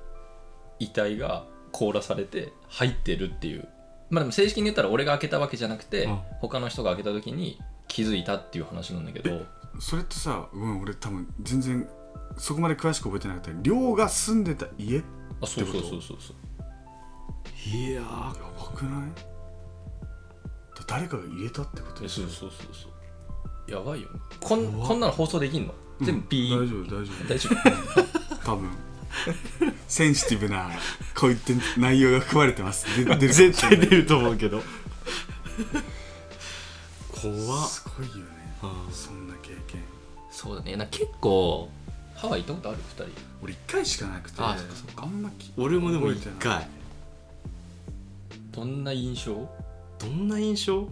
[SPEAKER 3] 遺体が凍らされて入ってるっていうまあでも正式に言ったら俺が開けたわけじゃなくて、
[SPEAKER 1] うん
[SPEAKER 3] 他の人が開けた時に気づいたっていう話なんだけど
[SPEAKER 2] それってさごめん俺多分全然そこまで詳しく覚えてなくて寮が住んでた家や
[SPEAKER 3] あそうそ
[SPEAKER 2] っ
[SPEAKER 3] う
[SPEAKER 2] てこと
[SPEAKER 3] そうそうそう
[SPEAKER 1] いやー
[SPEAKER 2] ばくないだ誰かが入れたってこと
[SPEAKER 3] え
[SPEAKER 2] でし
[SPEAKER 3] そ
[SPEAKER 2] ょ
[SPEAKER 3] うそうそうそうやばいよこんこんなの放送できんの全部ピー、
[SPEAKER 2] 大丈夫大丈夫
[SPEAKER 3] 大丈夫
[SPEAKER 2] 多分センシティブなこういった内容が含まれてますで出るかもしれない
[SPEAKER 1] 絶対出ると思うけど怖っ
[SPEAKER 2] すごいよね
[SPEAKER 1] うん
[SPEAKER 2] そんな経験
[SPEAKER 3] (laughs) そうだねなんか結構ハワイ行ったことある二人
[SPEAKER 2] 俺1回しかなくて
[SPEAKER 1] あそっかそっか
[SPEAKER 2] あんまき
[SPEAKER 1] 俺もでも一
[SPEAKER 2] 覚えてない
[SPEAKER 1] 回
[SPEAKER 3] どんな印象
[SPEAKER 1] どんな印象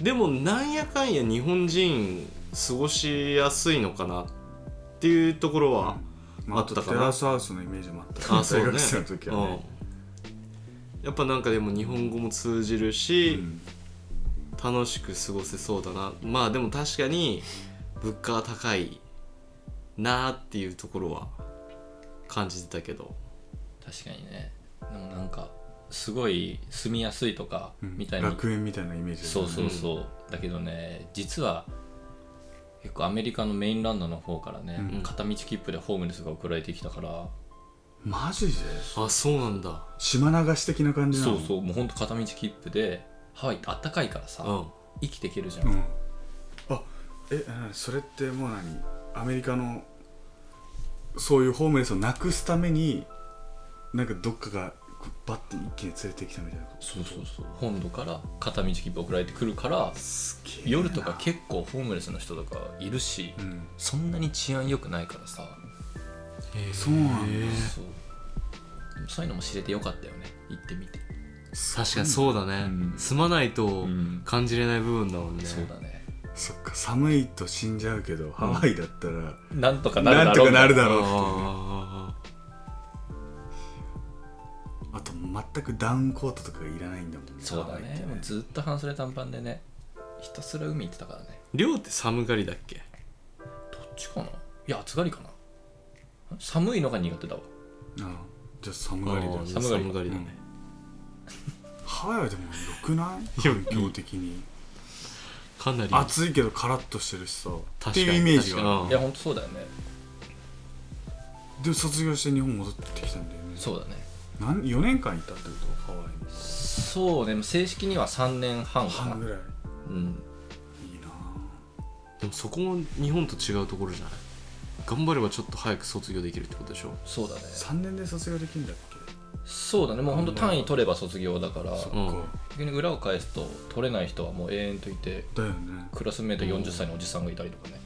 [SPEAKER 1] でもなんやかんや日本人過ごしやすいのかなっていうところは、
[SPEAKER 2] まあ、
[SPEAKER 1] あ
[SPEAKER 2] あ
[SPEAKER 1] っ
[SPEAKER 2] と
[SPEAKER 1] た
[SPEAKER 2] テ
[SPEAKER 1] かな
[SPEAKER 2] ラスハウスのイメージもあった
[SPEAKER 1] あそうね
[SPEAKER 2] 大学生の時はね、
[SPEAKER 1] うん、やっぱなんかでも日本語も通じるし、
[SPEAKER 2] うん
[SPEAKER 1] 楽しく過ごせそうだなまあでも確かに物価は高いなっていうところは感じてたけど
[SPEAKER 3] 確かにねでもなんかすごい住みやすいとか
[SPEAKER 2] うん
[SPEAKER 3] みたいに、
[SPEAKER 2] 楽園みたいなイメージだ
[SPEAKER 3] そう
[SPEAKER 2] よね
[SPEAKER 3] そうそう、だけどね実は結構アメリカのメインランドの方からね、
[SPEAKER 2] うん
[SPEAKER 3] 片道切符でホームレスが送られてきたから
[SPEAKER 2] マジで
[SPEAKER 1] あそうなんだ
[SPEAKER 2] 島流し的な感じな
[SPEAKER 3] そ
[SPEAKER 2] の
[SPEAKER 3] うそうもうほんと片道切符でハワイってあったかいからさ、
[SPEAKER 1] うん
[SPEAKER 3] 生きていけるじゃん、
[SPEAKER 2] うん、あえなにそれってもう何アメリカのそういうホームレスをなくすためになんかどっかがこうバッて一気に連れてきたみたいなこと
[SPEAKER 3] そうそうそう本土から片道切符送られてくるから
[SPEAKER 2] すげえな
[SPEAKER 3] 夜とか結構ホームレスの人とかいるし、
[SPEAKER 2] うん
[SPEAKER 3] そんなに治安良くないからさ、
[SPEAKER 2] そうなんだ
[SPEAKER 3] そうでもそういうのも知れてよかったよね行ってみて、
[SPEAKER 1] 確かにそうだね、
[SPEAKER 3] うん
[SPEAKER 1] 住まないと
[SPEAKER 3] ん
[SPEAKER 1] 感じれない部分だもんね、
[SPEAKER 3] そうだね
[SPEAKER 2] そっか寒いと死んじゃうけどハワイだったら、
[SPEAKER 3] なんとかなる
[SPEAKER 2] な
[SPEAKER 3] だ
[SPEAKER 2] んと
[SPEAKER 3] ろう
[SPEAKER 2] かなるだ
[SPEAKER 1] あ
[SPEAKER 2] ろうってね
[SPEAKER 1] あ
[SPEAKER 2] あと全くダウンコートとかがいらないんだもんね
[SPEAKER 3] そうだ
[SPEAKER 2] ハワイっ
[SPEAKER 3] ね
[SPEAKER 2] て
[SPEAKER 3] もうずっと半袖短パンでねひたすら海行ってたからね
[SPEAKER 1] 寮って寒がりだっけ
[SPEAKER 3] どっちかないや暑がりかな寒いのが苦手だわ
[SPEAKER 2] あじゃあ寒がりだ
[SPEAKER 1] あ
[SPEAKER 2] よ
[SPEAKER 1] あ
[SPEAKER 3] 寒がり
[SPEAKER 1] 寒がりだね、
[SPEAKER 2] ハワイはでもよくない環境的に
[SPEAKER 1] かなり
[SPEAKER 2] 暑いけどカラッとしてるしさっ
[SPEAKER 1] 確
[SPEAKER 2] て
[SPEAKER 1] か
[SPEAKER 2] い
[SPEAKER 1] に
[SPEAKER 2] うイメージがある
[SPEAKER 1] 確かに
[SPEAKER 3] いやほんとそうだよね
[SPEAKER 2] で卒業して日本戻ってきたんだよね
[SPEAKER 3] そうだね
[SPEAKER 2] なん4年間いたってことハワイに
[SPEAKER 3] そうね正式には3年半かな
[SPEAKER 2] 半ぐらい
[SPEAKER 3] うん
[SPEAKER 2] いいな
[SPEAKER 1] でもそこも日本と違うところじゃない頑張ればちょっと早く卒業できるってことでしょ
[SPEAKER 3] そうだね
[SPEAKER 2] 3年で卒業できるんだっけ
[SPEAKER 3] そうだねもうほんと単位取れば卒業だから
[SPEAKER 2] そっ
[SPEAKER 1] うん
[SPEAKER 2] か
[SPEAKER 3] 逆に裏を返すと取れない人はもう永遠といて
[SPEAKER 2] だよね
[SPEAKER 3] クラスメート40歳のおじさんがいたりとかね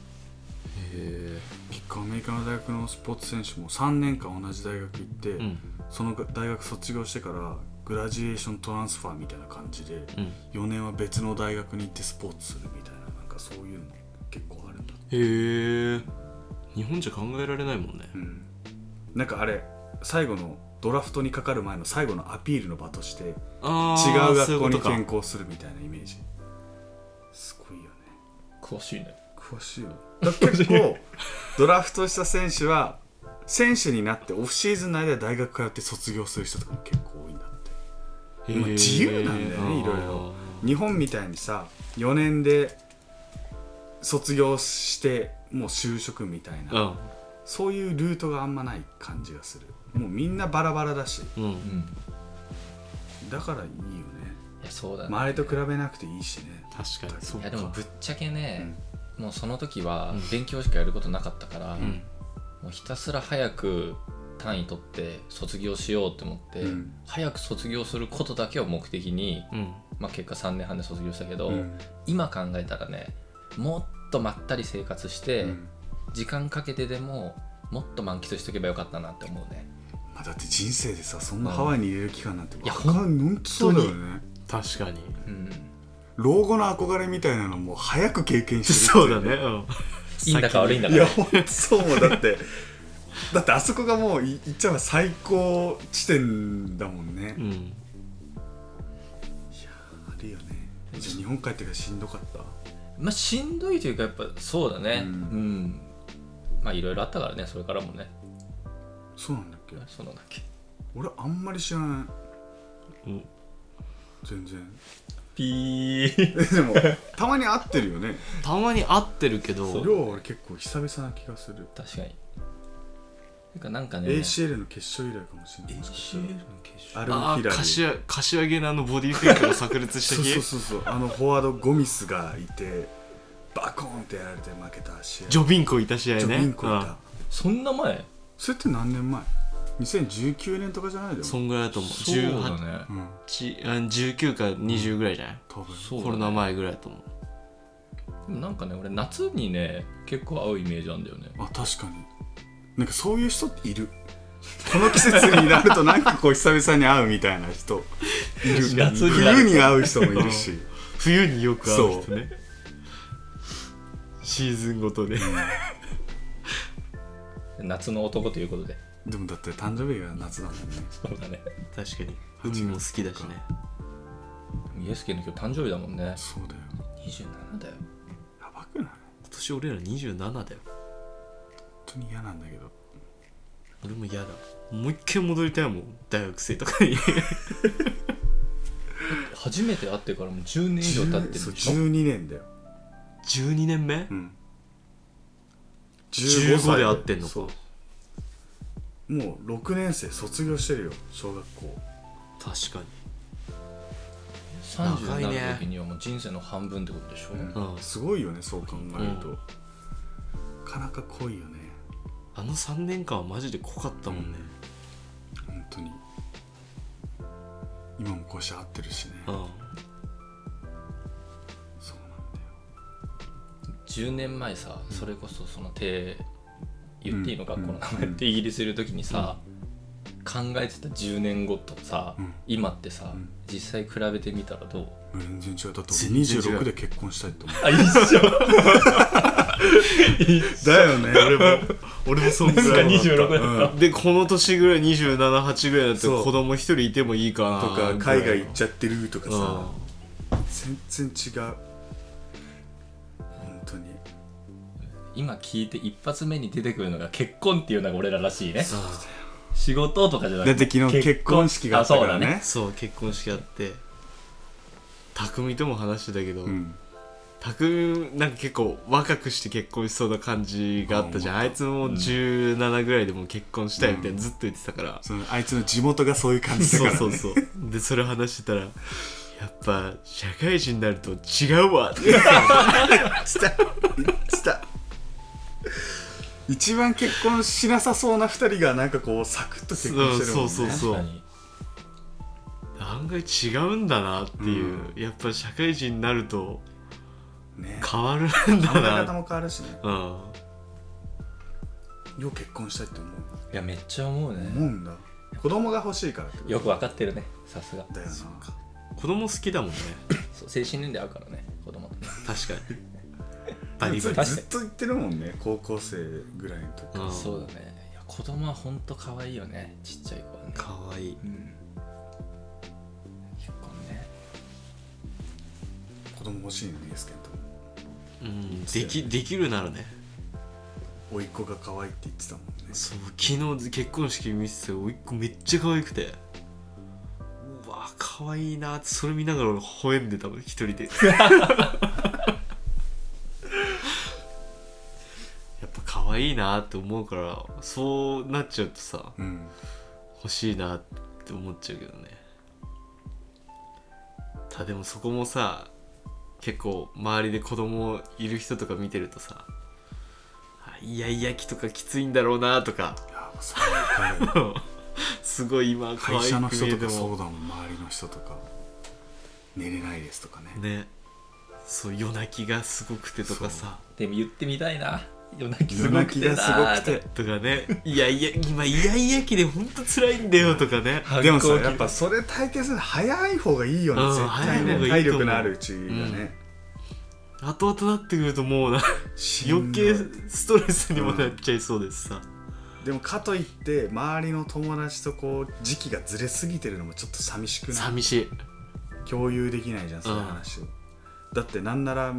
[SPEAKER 1] へ
[SPEAKER 2] 結果アメリカの大学のスポーツ選手も3年間同じ大学行って、
[SPEAKER 1] えうん
[SPEAKER 2] その大学卒業してからグラジュエーショントランスファーみたいな感じで
[SPEAKER 1] うんへ
[SPEAKER 2] 4年は別の大学に行ってスポーツするみたいななんかそういうの結構あるんだ
[SPEAKER 1] え日本じゃ考えられないもんね
[SPEAKER 2] うんなんかあれ最後のドラフトにかかる前の最後のアピールの場として
[SPEAKER 1] あ
[SPEAKER 2] 違
[SPEAKER 1] ー
[SPEAKER 2] う
[SPEAKER 1] そう
[SPEAKER 2] 学校
[SPEAKER 1] いうこ
[SPEAKER 2] に
[SPEAKER 1] とか
[SPEAKER 2] 転校するみたいなイメージすごいよね
[SPEAKER 3] 詳しいね
[SPEAKER 2] 詳しいよだから結構ドラフトした選手は選手になってオフシーズンの間大学通って卒業する人とかも結構多いんだって
[SPEAKER 1] へえ
[SPEAKER 2] 今自由なんだよねいろいろ日本みたいにさ4年で卒業してもう就職みたい
[SPEAKER 1] あ
[SPEAKER 2] な
[SPEAKER 1] ー
[SPEAKER 2] そういうルートがあんまない感じがするもうみんなバラバラだし
[SPEAKER 1] うんう
[SPEAKER 3] うんん
[SPEAKER 2] だからいいよね
[SPEAKER 3] いやそうだね、
[SPEAKER 2] 周りと比べなくていいしね
[SPEAKER 1] 確かにそう
[SPEAKER 3] い
[SPEAKER 1] か
[SPEAKER 3] やでもぶっちゃけね、もうその時は
[SPEAKER 1] うん
[SPEAKER 3] 勉強しかやることなかったから、
[SPEAKER 1] うん
[SPEAKER 3] もうひたすら早く単位取って卒業しようって思って、
[SPEAKER 2] うん
[SPEAKER 3] 早く卒業することだけを目的に、
[SPEAKER 1] うん
[SPEAKER 3] まあ、結果3年半で卒業したけど、
[SPEAKER 2] うん
[SPEAKER 3] 今考えたらねもっとまったり生活して、
[SPEAKER 2] うん
[SPEAKER 3] 時間かけてでももっと満喫しとけばよかったなって思うね
[SPEAKER 2] まあ、だって人生でさそんなハワイに入れる期間なんて
[SPEAKER 3] いや
[SPEAKER 2] わかん本当そうだよね
[SPEAKER 1] 確かに
[SPEAKER 3] うん
[SPEAKER 2] 老後の憧れみたいなのも早く経験してる
[SPEAKER 1] そうだねうん
[SPEAKER 3] いいんだか悪いんだ
[SPEAKER 2] い
[SPEAKER 3] か
[SPEAKER 2] や
[SPEAKER 3] ね
[SPEAKER 2] 本当そうもだってだってあそこがもうい言っちゃえば最高地点だもんね、
[SPEAKER 1] う
[SPEAKER 2] あ
[SPEAKER 1] ん
[SPEAKER 2] るよねじゃあ日本帰ってからしんどかった
[SPEAKER 3] まあしんどいというかやっぱそうだね
[SPEAKER 2] う
[SPEAKER 3] うんん、まあいろいろあったからねそれからもね
[SPEAKER 2] そうなんだっけ
[SPEAKER 3] そうなんだっけ
[SPEAKER 2] 俺あんまり知らない
[SPEAKER 1] うん
[SPEAKER 2] 全然
[SPEAKER 3] ピー
[SPEAKER 2] えでもたまに会ってるよね
[SPEAKER 1] たまに合ってるけ
[SPEAKER 3] そ
[SPEAKER 1] ど
[SPEAKER 2] 量は俺結構久々な気がする、
[SPEAKER 3] 確かにてかなんかね
[SPEAKER 2] ACL の決勝以来かもしれない
[SPEAKER 3] ACL の決勝
[SPEAKER 2] アルム
[SPEAKER 1] あ
[SPEAKER 2] ヒ
[SPEAKER 1] ー
[SPEAKER 2] ラリ
[SPEAKER 1] 柏柏木のあのボディフェイクが炸裂した
[SPEAKER 2] そう
[SPEAKER 1] 日
[SPEAKER 2] そうそうそうあのフォワードゴミスがいてバコーンってやられて負けた試合
[SPEAKER 1] ジョビンコいた試合ね
[SPEAKER 2] ジョビンコい
[SPEAKER 1] うん
[SPEAKER 2] た
[SPEAKER 3] そんな前
[SPEAKER 2] それって何年前 ?2019 年とかじゃないだよ
[SPEAKER 1] そんぐらいだと思う
[SPEAKER 3] そうだね
[SPEAKER 2] うん
[SPEAKER 1] 18あ19か20ぐらいじゃない、
[SPEAKER 2] 多分
[SPEAKER 3] そうだね
[SPEAKER 1] コロナ前ぐらいだと思う
[SPEAKER 3] でもなんかね俺夏にね結構合うイメージなんだよね
[SPEAKER 2] あ確かになんかそういう人っているこの季節になるとなんかこう久々に会うみたいな人いる
[SPEAKER 3] 確かに
[SPEAKER 2] 冬に会う人もいるし
[SPEAKER 1] 冬によく会う
[SPEAKER 2] そ
[SPEAKER 1] 人ねシーズンごとで
[SPEAKER 3] 夏の男ということで
[SPEAKER 2] でもだって誕生日が夏だもんね
[SPEAKER 3] そうだね
[SPEAKER 1] 確かに
[SPEAKER 2] うん
[SPEAKER 1] 海も好きだしね
[SPEAKER 3] イエスケの今日誕生日だもんね
[SPEAKER 2] そうだよ
[SPEAKER 3] 27だよ
[SPEAKER 2] やばくない
[SPEAKER 1] 今年俺ら27だよ
[SPEAKER 2] 本当に嫌なんだけど
[SPEAKER 1] 俺も嫌だもう一回戻りたいもん大学生とかに
[SPEAKER 3] 初めて会ってからもう10年以上経ってるでし
[SPEAKER 2] そう
[SPEAKER 3] ょ
[SPEAKER 2] 12年だよ
[SPEAKER 1] 12年目
[SPEAKER 2] うん
[SPEAKER 1] 15で会ってんのか
[SPEAKER 2] そうもう6年生卒業してるよ小学校
[SPEAKER 1] 確かに
[SPEAKER 3] 30
[SPEAKER 1] 長い
[SPEAKER 3] に
[SPEAKER 1] ね
[SPEAKER 3] なる時にはもう人生の半分ってことでしょ、
[SPEAKER 1] うん
[SPEAKER 2] すごいよねそう考えると、
[SPEAKER 1] う
[SPEAKER 2] なかなか濃いよね
[SPEAKER 1] あの3年間はマジで濃かったもんね、
[SPEAKER 2] 本当に今もこうして会ってるしね
[SPEAKER 1] うん
[SPEAKER 2] そうなんだよ
[SPEAKER 3] 10年前さそれこそその手言っていいの、
[SPEAKER 2] うん
[SPEAKER 3] 学校の名前
[SPEAKER 2] うん
[SPEAKER 3] ってイギリスいる時にさ、考えてた10年後とさ、
[SPEAKER 2] うん
[SPEAKER 3] 今ってさ、
[SPEAKER 2] うん
[SPEAKER 3] 実際比べてみたら
[SPEAKER 2] (laughs)
[SPEAKER 3] どう
[SPEAKER 2] 全然違うだって
[SPEAKER 1] 全然違う
[SPEAKER 2] 26で結婚したいと思う
[SPEAKER 3] あ一緒
[SPEAKER 2] (laughs) だよね俺も
[SPEAKER 1] 俺もそん
[SPEAKER 3] な
[SPEAKER 1] ぐ
[SPEAKER 3] んから
[SPEAKER 1] いの
[SPEAKER 3] 26
[SPEAKER 1] だっ
[SPEAKER 3] だった
[SPEAKER 1] たでこの年ぐらい278ぐらいだった
[SPEAKER 2] そ
[SPEAKER 1] ら
[SPEAKER 2] う
[SPEAKER 1] 子供一人いてもいいかな
[SPEAKER 2] とか
[SPEAKER 1] ぐらい
[SPEAKER 2] 海
[SPEAKER 1] の
[SPEAKER 2] 外行っちゃってるとかさ
[SPEAKER 1] うん
[SPEAKER 2] 全然違う本当に
[SPEAKER 3] 今聞いて一発目に出てくるのが結婚っていうのが俺ららしいね
[SPEAKER 1] あ
[SPEAKER 3] 仕事とかじゃな
[SPEAKER 2] だ
[SPEAKER 3] く
[SPEAKER 2] って昨日結婚式があったからね
[SPEAKER 1] あそう結婚式あって匠とも話してたけど、
[SPEAKER 2] うん
[SPEAKER 1] 匠なんか結構若くして結婚しそうな感じがあったじゃん
[SPEAKER 2] あ
[SPEAKER 1] あいつも17ぐらいでもう結婚したいみたいなずっと言ってたから、
[SPEAKER 2] そのあいつの地元がそういう感じだか
[SPEAKER 1] そ
[SPEAKER 2] ら、
[SPEAKER 1] う
[SPEAKER 2] ね、
[SPEAKER 1] そうそうでそれ話してたらやっぱ社会人になると違
[SPEAKER 2] (laughs)
[SPEAKER 1] うわって
[SPEAKER 2] したした一番結婚しなさそうな二人がなんかこうサクッと結婚してるもんね
[SPEAKER 1] そうそう
[SPEAKER 3] 確かに
[SPEAKER 1] 案外違うんだなっていう、やっぱ社会人になると
[SPEAKER 2] ね
[SPEAKER 1] 変わるん
[SPEAKER 2] 考え
[SPEAKER 1] だ
[SPEAKER 2] 方
[SPEAKER 1] な
[SPEAKER 2] も変わるしね
[SPEAKER 1] うん
[SPEAKER 2] よう結婚したいって思う
[SPEAKER 3] いやめっちゃ思う
[SPEAKER 2] 思
[SPEAKER 3] ね
[SPEAKER 2] うんだ子供が欲しいからってこと
[SPEAKER 3] よくわかってるねさすが
[SPEAKER 2] だよな
[SPEAKER 1] 子供好きだもんね
[SPEAKER 3] そう精神年齢合うからね子供とね
[SPEAKER 1] 確かにバ (laughs) リバ
[SPEAKER 2] ず
[SPEAKER 1] リ
[SPEAKER 3] 確かに
[SPEAKER 2] ずっと言ってるもんね高校生ぐらいの時
[SPEAKER 1] うん
[SPEAKER 3] そうだねいや子供はほんと可愛いよねちっちゃい子はね
[SPEAKER 1] かわいい
[SPEAKER 3] うん結婚ね
[SPEAKER 2] 子供欲しいんですけど
[SPEAKER 1] うんできできるならね
[SPEAKER 2] 甥っ子が可愛いって言ってたもんね
[SPEAKER 1] そう昨日結婚式見てて甥っ子めっちゃ可愛くてうわ可愛いなってそれ見ながら俺吠えんでたもん一人で (laughs) やっぱ可愛いなって思うからそうなっちゃうとさ
[SPEAKER 2] うん
[SPEAKER 1] 欲しいなって思っちゃうけどねただでもそこもさ結構周りで子供いる人とか見てるとさあイヤイヤ期とかきついんだろうなとか
[SPEAKER 2] いやそれは分かる
[SPEAKER 1] すごい今可
[SPEAKER 2] 会
[SPEAKER 1] 愛
[SPEAKER 2] 社の
[SPEAKER 1] く
[SPEAKER 2] 人
[SPEAKER 1] 見え
[SPEAKER 2] と
[SPEAKER 1] て
[SPEAKER 2] かそう
[SPEAKER 1] も
[SPEAKER 2] だもん周りの人とか寝れないですとかね
[SPEAKER 1] ねそう夜泣きがすごくてとかさ
[SPEAKER 3] でも言ってみたいな夜泣きす
[SPEAKER 2] 夜
[SPEAKER 3] ご
[SPEAKER 2] 泣
[SPEAKER 3] く
[SPEAKER 2] き
[SPEAKER 3] てな
[SPEAKER 2] がすごくて
[SPEAKER 1] とかねいやいや今イヤイヤ期でほんと辛いんだよとかね
[SPEAKER 3] 反抗期
[SPEAKER 2] でもさやっぱそれ体験するの早い方がいいよね
[SPEAKER 1] うん
[SPEAKER 2] 絶対
[SPEAKER 1] 早い方がいいと思
[SPEAKER 2] ね
[SPEAKER 1] う
[SPEAKER 2] 体力のあるうちがね、
[SPEAKER 1] 後々なってくるともうな
[SPEAKER 2] しん
[SPEAKER 1] 余
[SPEAKER 2] どい
[SPEAKER 1] 計ストレスにもなっちゃいそうですさ、
[SPEAKER 2] でもかといって周りの友達とこう時期がずれすぎてるのもちょっと寂しくない
[SPEAKER 1] 寂しい
[SPEAKER 2] 共有できないじゃんそういう話を、だってなんなら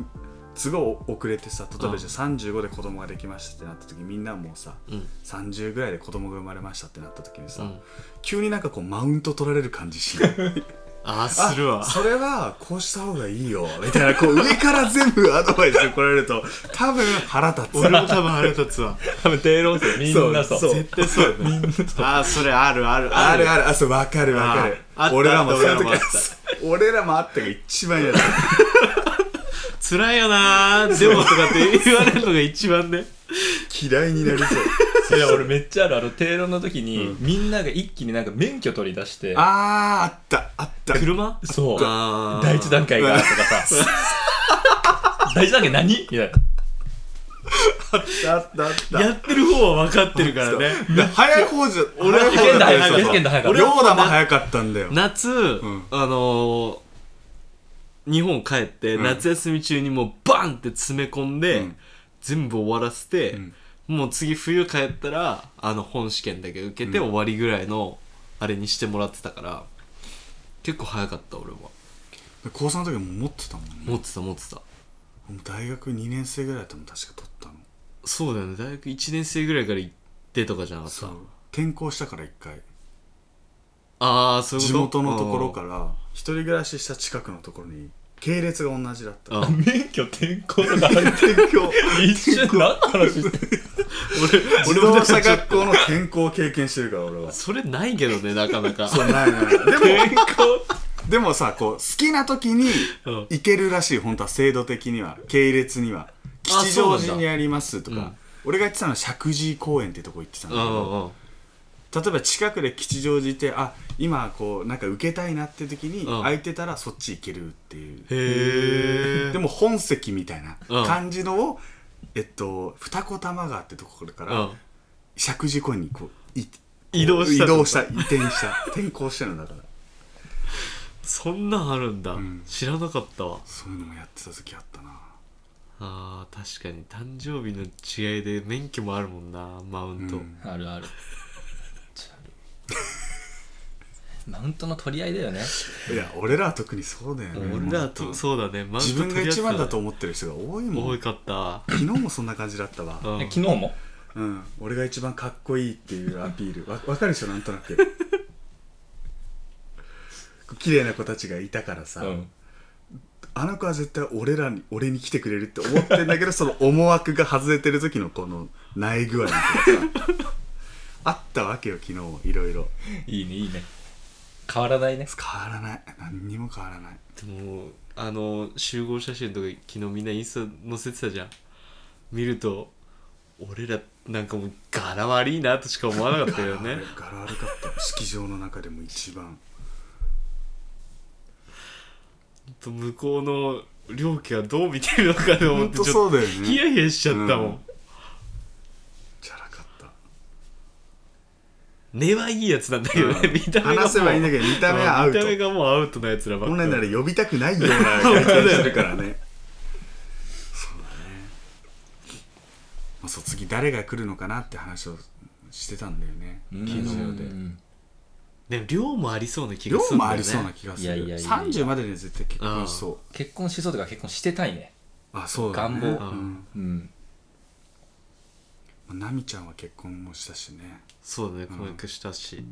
[SPEAKER 2] 都合遅れてさ例えばじゃあ35で子供ができましたってなった時みんなもうさ
[SPEAKER 1] うん
[SPEAKER 2] 30ぐらいで子供が生まれましたってなった時にさ、
[SPEAKER 1] うん
[SPEAKER 2] 急になんかこうマウント取られる感じしない
[SPEAKER 1] (laughs) ああするわ
[SPEAKER 2] あそれはこうした方がいいよみたいなこう上から全部アドバイスで来られると多分腹立つ
[SPEAKER 1] 俺も多分腹立つわ
[SPEAKER 3] 多分低論生みんなそう
[SPEAKER 2] そう
[SPEAKER 1] 絶対そうだねああそれあるある
[SPEAKER 2] ある
[SPEAKER 1] あ
[SPEAKER 2] あるあそう分かる分かる
[SPEAKER 1] あーあった
[SPEAKER 2] 俺らも
[SPEAKER 1] あっ
[SPEAKER 2] そう
[SPEAKER 1] た
[SPEAKER 2] いう時
[SPEAKER 1] 俺らもあっ
[SPEAKER 2] 俺らもあったが一番
[SPEAKER 1] (laughs)
[SPEAKER 2] 嫌だ
[SPEAKER 1] 辛いよなーでもとかって言われるのが一番ね
[SPEAKER 2] 嫌いになりそう
[SPEAKER 3] いや俺めっちゃあるあの定論の時に、
[SPEAKER 2] うん
[SPEAKER 3] みんなが一気になんか免許取り出して
[SPEAKER 2] あーあったあった
[SPEAKER 1] 車
[SPEAKER 3] そう
[SPEAKER 1] あー
[SPEAKER 3] 第一段階がと
[SPEAKER 2] (laughs)
[SPEAKER 3] かさ第一段階何みたいな
[SPEAKER 2] あったあった
[SPEAKER 1] やってる方は分かってるからね
[SPEAKER 2] だ早い方じゃ俺
[SPEAKER 1] 俺
[SPEAKER 2] ら
[SPEAKER 1] は
[SPEAKER 2] も
[SPEAKER 1] 早い
[SPEAKER 2] だ
[SPEAKER 1] 早い
[SPEAKER 3] 早い早い
[SPEAKER 2] 俺も早かったんだよ
[SPEAKER 1] 夏、
[SPEAKER 2] ん
[SPEAKER 1] あのー日本帰って、
[SPEAKER 2] うん
[SPEAKER 1] 夏休み中にもうバンって詰め込んで、
[SPEAKER 2] うん
[SPEAKER 1] 全部終わらせて、
[SPEAKER 2] ん
[SPEAKER 1] もう次冬帰ったらあの本試験だけ受けて終わりぐらいのあれにしてもらってたから結構早かった俺は
[SPEAKER 2] 高3の時はもう持ってたもんね
[SPEAKER 1] 持ってた持ってた
[SPEAKER 2] もう大学2年生ぐらいだったもん確か取ったの
[SPEAKER 1] そうだよね大学1年生ぐらいから行ってとかじゃなかった
[SPEAKER 2] そう転校したから一回
[SPEAKER 1] ああそういう
[SPEAKER 2] 地
[SPEAKER 1] こと
[SPEAKER 2] 元のところから一人暮らしした近くのところに系列が同じだ (laughs) った
[SPEAKER 1] あ
[SPEAKER 3] 免許転校とか入って
[SPEAKER 2] (laughs) 転校
[SPEAKER 3] 一瞬何の話してん
[SPEAKER 2] (laughs) 自
[SPEAKER 1] 俺も
[SPEAKER 2] 動
[SPEAKER 1] だか
[SPEAKER 2] 車
[SPEAKER 1] らちょっ
[SPEAKER 2] 学校の転校を経験してるから俺は
[SPEAKER 1] とそれないけどねなかなか
[SPEAKER 2] そうないないでも
[SPEAKER 1] (laughs)
[SPEAKER 3] 転校
[SPEAKER 2] でもさこう好きな時に
[SPEAKER 1] うん
[SPEAKER 2] 行けるらしい本当は制度的には系列には
[SPEAKER 1] あ
[SPEAKER 2] 吉
[SPEAKER 1] そ
[SPEAKER 2] 祥
[SPEAKER 1] うなんだ
[SPEAKER 2] 寺にありますとか、
[SPEAKER 1] うん
[SPEAKER 2] 俺が行ってたのは石神井公園ってとこ行ってたん
[SPEAKER 1] う
[SPEAKER 2] だ
[SPEAKER 1] んう
[SPEAKER 2] け
[SPEAKER 1] ん
[SPEAKER 2] ど
[SPEAKER 1] うん
[SPEAKER 2] 例えば近くで吉祥寺行ってあ今こうなんか受けたいなって時に
[SPEAKER 1] うん
[SPEAKER 2] 空いてたらそっち行けるっていう、
[SPEAKER 1] へえ
[SPEAKER 2] でも本籍みたいな
[SPEAKER 1] うん
[SPEAKER 2] 感じのを、えっと二子玉川ってところか
[SPEAKER 1] う
[SPEAKER 2] ら、
[SPEAKER 1] ん
[SPEAKER 2] 石神井公園にこうい
[SPEAKER 1] 移動した
[SPEAKER 2] 移動した移転した転校したのだから
[SPEAKER 1] そんなんあるんだ、
[SPEAKER 2] うん
[SPEAKER 1] 知らなかったわ
[SPEAKER 2] そういうのもやってた時あったな
[SPEAKER 1] あー確かに誕生日の違いで免許もあるもんなマウント、
[SPEAKER 2] うん
[SPEAKER 3] あるある (laughs) マウントの取り合いだよね
[SPEAKER 2] いや俺らは特にそうだよね
[SPEAKER 1] 俺らとそうだねマウント
[SPEAKER 2] 自分が一番だと
[SPEAKER 1] 取
[SPEAKER 2] 思ってる人が多い
[SPEAKER 1] り合
[SPEAKER 2] も
[SPEAKER 1] って
[SPEAKER 2] ん
[SPEAKER 1] たね多
[SPEAKER 2] 昨日もそんな感じだったわ、
[SPEAKER 1] かった、うん
[SPEAKER 3] 昨日も
[SPEAKER 2] うん、俺が一番かっこいいっていうアピー
[SPEAKER 1] (laughs)
[SPEAKER 2] ルわ分かるでしょなんとなく (laughs) 綺麗な子たちがいたからさ、
[SPEAKER 3] うん
[SPEAKER 2] あの子は絶対俺らに俺に来てくれるって思ってんだ (laughs) けどその思惑が外れてる時のこの苗具合みたいなさあったわけよ昨日もいろいろ
[SPEAKER 3] いいねいいね変わらないね
[SPEAKER 2] 変わらない何にも変わらない
[SPEAKER 1] でもあの集合写真とか昨日みんなインスタ載せてたじゃん見ると俺らなんかもう柄悪いなとしか思わなかったよね
[SPEAKER 2] (laughs) 柄柄悪かった式場の中でも一番
[SPEAKER 1] ほんと向こうの両家はどう見てるのかと
[SPEAKER 2] 本
[SPEAKER 1] 思って
[SPEAKER 2] 当
[SPEAKER 1] ちょ
[SPEAKER 2] そ
[SPEAKER 1] っ
[SPEAKER 2] うだよ
[SPEAKER 1] とヒヤ
[SPEAKER 2] ね
[SPEAKER 1] ヒヤしちゃったもん、
[SPEAKER 2] うんチャラかった
[SPEAKER 1] 根はいいやつなんだけどね、
[SPEAKER 2] うん
[SPEAKER 1] 見た目がもう
[SPEAKER 2] 話せばいいんだけど見た目はアウト
[SPEAKER 1] うん見た目がもうアウトなやつらばっ
[SPEAKER 2] 本
[SPEAKER 1] か
[SPEAKER 2] 来
[SPEAKER 1] り
[SPEAKER 2] なら呼びたくないような外見してるからねそうだね、まあ、そう次誰が来るのかなって話をしてたんだよね
[SPEAKER 3] うん
[SPEAKER 2] 昨日で
[SPEAKER 1] でも量もありそうな気
[SPEAKER 2] 量
[SPEAKER 1] がするん
[SPEAKER 2] も
[SPEAKER 1] だよ
[SPEAKER 2] あ
[SPEAKER 1] ね
[SPEAKER 2] りそうな気がす
[SPEAKER 3] いやいやい
[SPEAKER 2] る
[SPEAKER 3] やいや
[SPEAKER 2] 30までには絶対結婚しそう
[SPEAKER 3] 結婚しそうとか結婚してたいね
[SPEAKER 2] あそうだ、ね、
[SPEAKER 3] 願
[SPEAKER 1] 望
[SPEAKER 2] うん
[SPEAKER 3] うん
[SPEAKER 2] まあ奈美ちゃんは結婚もしたしね
[SPEAKER 1] そうだね婚約したし、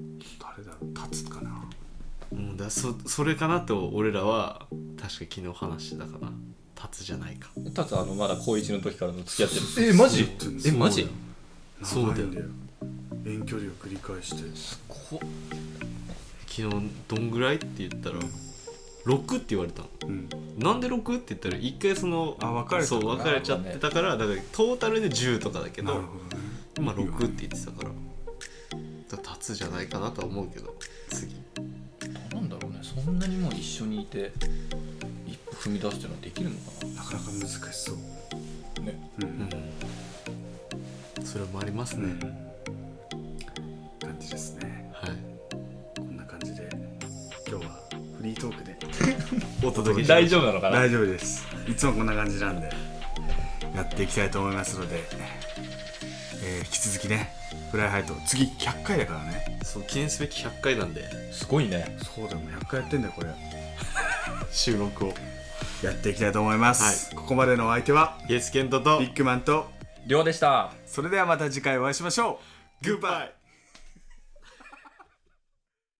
[SPEAKER 2] 誰だろう立つかな
[SPEAKER 1] うん、だそそれかなと俺らは確か昨日話してたかな立つじゃないか
[SPEAKER 3] たつあのまだ高一の時からの付き合ってる
[SPEAKER 2] そうそう
[SPEAKER 3] えマジ
[SPEAKER 2] そう
[SPEAKER 3] えマジ
[SPEAKER 1] そうだよ
[SPEAKER 2] 長いん遠距離を繰り返して
[SPEAKER 3] こ
[SPEAKER 1] 昨日どんぐらいって言ったら6って言われたの
[SPEAKER 2] うん
[SPEAKER 1] なんで 6? って言ったら一回その
[SPEAKER 2] あ別れた
[SPEAKER 1] そう
[SPEAKER 2] から
[SPEAKER 1] 別れちゃってたからだからトータルで10とかだけ
[SPEAKER 2] なる
[SPEAKER 1] ど
[SPEAKER 2] ほどね
[SPEAKER 1] 今6って言ってたからだから立つじゃないかなとは思うけど次
[SPEAKER 3] なんだろうねそんなにもう一緒にいて一歩踏み出すっていうのはできるのか
[SPEAKER 2] なかなか難しそう
[SPEAKER 3] なね
[SPEAKER 2] うん、
[SPEAKER 1] うんそれもありますね、
[SPEAKER 2] 感じですね
[SPEAKER 1] はい
[SPEAKER 2] こんな感じで今日はフリートークで
[SPEAKER 1] お届けしま
[SPEAKER 3] 大
[SPEAKER 1] し
[SPEAKER 3] 丈夫なのかな
[SPEAKER 2] 大丈夫ですいつもこんな感じなんでやっていきたいと思いますので、えー引き続きねフライハイト次100回だからね
[SPEAKER 1] たそう記念すべき100回なんです
[SPEAKER 3] ごいね
[SPEAKER 2] そうだもん100回やってんだよこれ
[SPEAKER 1] 収録を
[SPEAKER 2] やっていきたいと思います、ここまでのお相手は
[SPEAKER 1] イエスケントと
[SPEAKER 2] ビッグマンと
[SPEAKER 3] りょうでした
[SPEAKER 2] それではまた次回お会いしましょうグッバイ